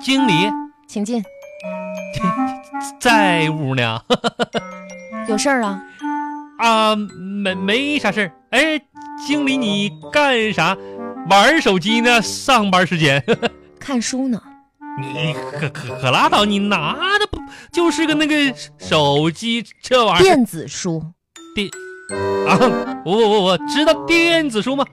经理请进，在屋呢。 有事儿啊？啊，没没啥事儿。哎，经理你干啥？玩手机呢？上班时间。 看书呢？你可可可拉倒！你拿的不就是个那个手机这玩意儿电子书，啊？我我我我知道电子书吗？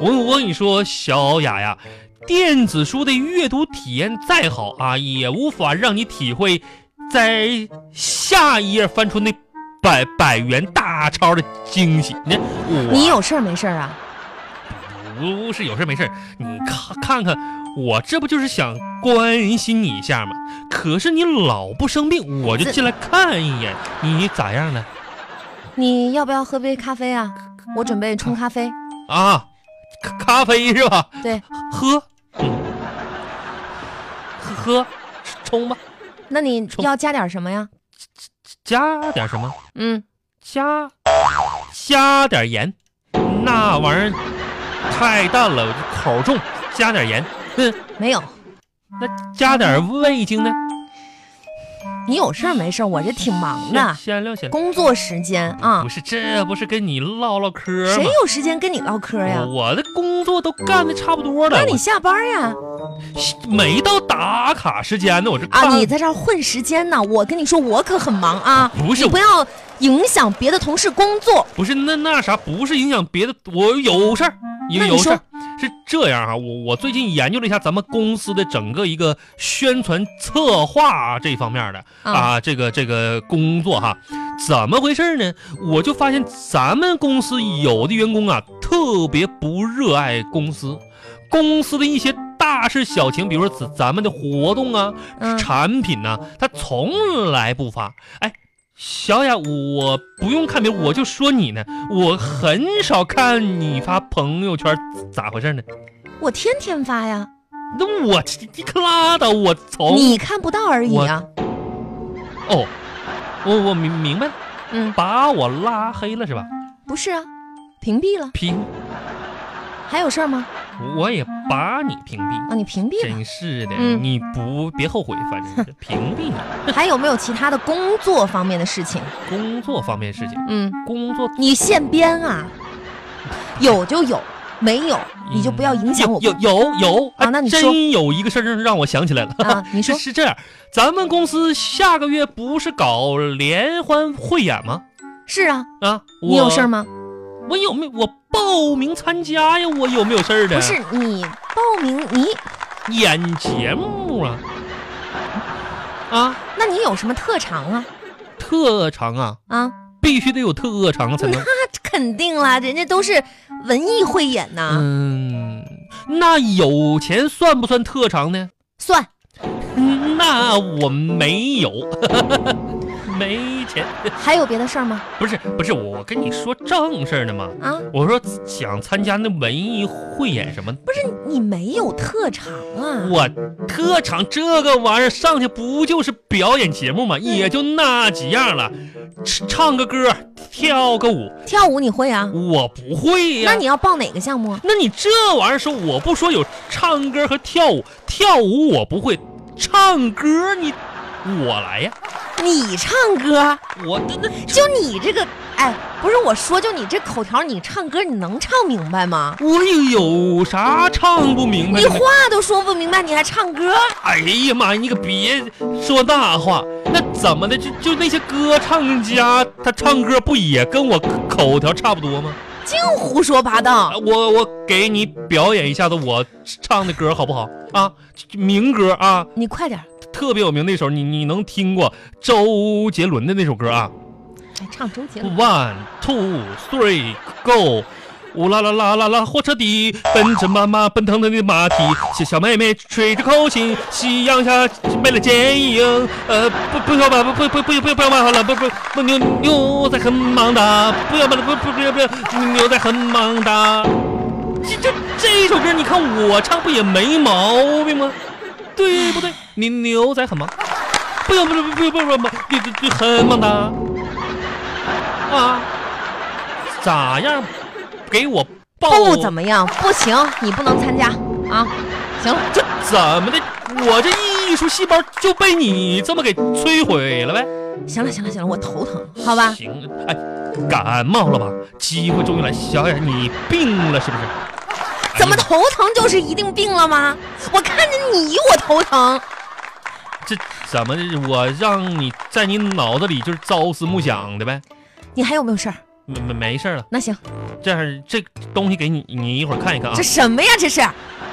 我我跟你说，小雅呀，电子书的阅读体验再好啊，也无法让你体会在下一页翻出那百百元大钞的惊喜。你我你有事儿没事儿啊？不是有事没事，你看看看，我这不就是想关心你一下吗？可是你老不生病，我就这进来看一眼，你咋样了？你要不要喝杯咖啡啊？我准备冲咖啡。啊，咖咖啡是吧？对，喝，嗯喝喝，冲吧，那你冲要加点什么呀？加点什么？嗯，加加点盐，那玩意儿太淡了，口重，加点盐。嗯，没有。那加点味精呢？你有事儿没事儿？我这挺忙的，先聊先聊。工作时间啊不，是，这不是跟你唠唠嗑谁吗？有时间跟你唠嗑呀我？我的工作都干的差不多了，哦那你下班呀？我没到打卡时间呢，我这啊，看你在这儿混时间呢？我跟你说，我可很忙啊，不是你不要影响别的同事工作。不是那那啥，不是影响别的，我有事儿，有那你有事儿说是这样啊，我我最近研究了一下咱们公司的整个一个宣传策划这方面的啊啊，这个这个工作哈，怎么回事呢？我就发现咱们公司有的员工啊，特别不热爱公司，公司的一些大事小情，比如说咱咱们的活动啊，嗯，产品呢、他从来不发。哎，小雅，我不用看别人，我就说你呢，我很少看你发朋友圈，咋回事呢？我天天发呀，那我你可拉倒，我从你看不到而已啊。哦，我我明明白了，嗯，把我拉黑了是吧？不是啊，屏蔽了。屏，还有事儿吗？我也把你屏蔽。啊，你屏蔽了。真是的，嗯你不别后悔，反正是屏蔽你。还有没有其他的工作方面的事情？工作方面事情，嗯，工作你现编啊，有就有，没有你就不要影响我嗯有有有啊哎那你说真有一个事儿让我想起来了。啊。你是说是这样，咱们公司下个月不是搞联欢汇演吗？是啊？啊，你有事儿吗？吗？我有没有我报名参加呀？我有没有事儿的？不是你报名你，演节目啊，啊，那你有什么特长啊？特长啊，啊，必须得有特长才能。 那肯定啦，人家都是文艺汇演呐、嗯，那有钱算不算特长呢？算嗯那我没有， 没钱。还有别的事儿吗？不是不是，我跟你说正事儿呢嘛。啊，我说想参加那文艺汇演什么的，不是你没有特长啊？我特长这个玩意儿上去不就是表演节目嘛，嗯也就那几样了，吃唱个歌，跳个舞，跳舞你会啊？我不会呀、那你要报哪个项目？啊那你这玩意儿说我不说有唱歌和跳舞，跳舞我不会，唱歌你我来呀，你唱歌，我那那就你这个，哎，不是我说，就你这口条，你唱歌你能唱明白吗？我有啥唱不明白你的呢话？都说不明白，你还唱歌？哎呀妈呀，你可别说大话，那怎么的？就就那些歌唱家，他唱歌不也跟我口条差不多吗？净胡说八啊道！我我给你表演一下子我唱的歌好不好啊？民歌啊，你快点儿，特别有名那首，你你能听过周杰伦的那首歌啊哎，唱周杰伦。 ？One two three go。呜啦啦啦啦啦，火车底奔着妈妈奔腾腾的马蹄，小小妹妹吹着口琴，夕阳下美了剪影。呃，不不要吧，不不不不不不要骂了，不不不牛牛仔很忙的，不要骂了，不不不要不要，牛仔很忙的。这这这首歌，你看我唱不也没毛病吗？对不对？你牛仔很忙，不要不要不要不要不要不要，你这这很忙的啊？咋样？给我报不怎么样，不行，你不能参加啊！行了，这怎么的？我这一艺术细胞就被你这么给摧毁了呗？行了行了行了，我头疼，好吧？行，哎，感冒了吧？机会终于来，小雅，你病了是不是？怎么头疼就是一定病了吗？我看着你我头疼，这怎么？我让你在你脑子里就是朝思暮想的呗？你还有没有事儿？没没没事了，那行，这样这东西给你，你一会儿看一看啊这。什么呀？这是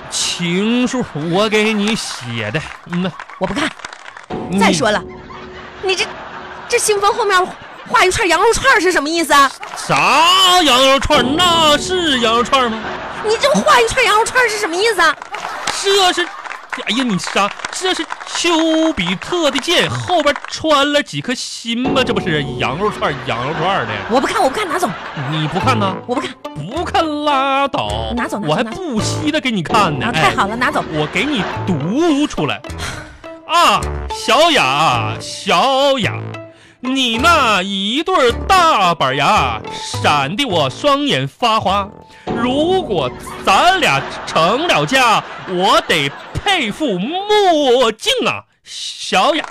情书我给你写的，嗯呐。我不看。你再说了，你这这新闻后面画一串羊肉串是什么意思啊？啥羊肉串？那是羊肉串吗？你这画一串羊肉串是什么意思啊？这是，哎呀，你啥？这是丘比特的箭后边穿了几颗心吗？这不是羊肉串，羊肉串的，我不看，我不看，拿走，你不看呢？我不看不看拉倒，嗯拿走拿走我还拿走不惜的给你看呢。哎啊！太好了，拿走。我给你读出来啊，小雅，小雅，你那一对儿大板牙闪得我双眼发花。如果咱俩成了家，我得佩服墨镜啊，小雅。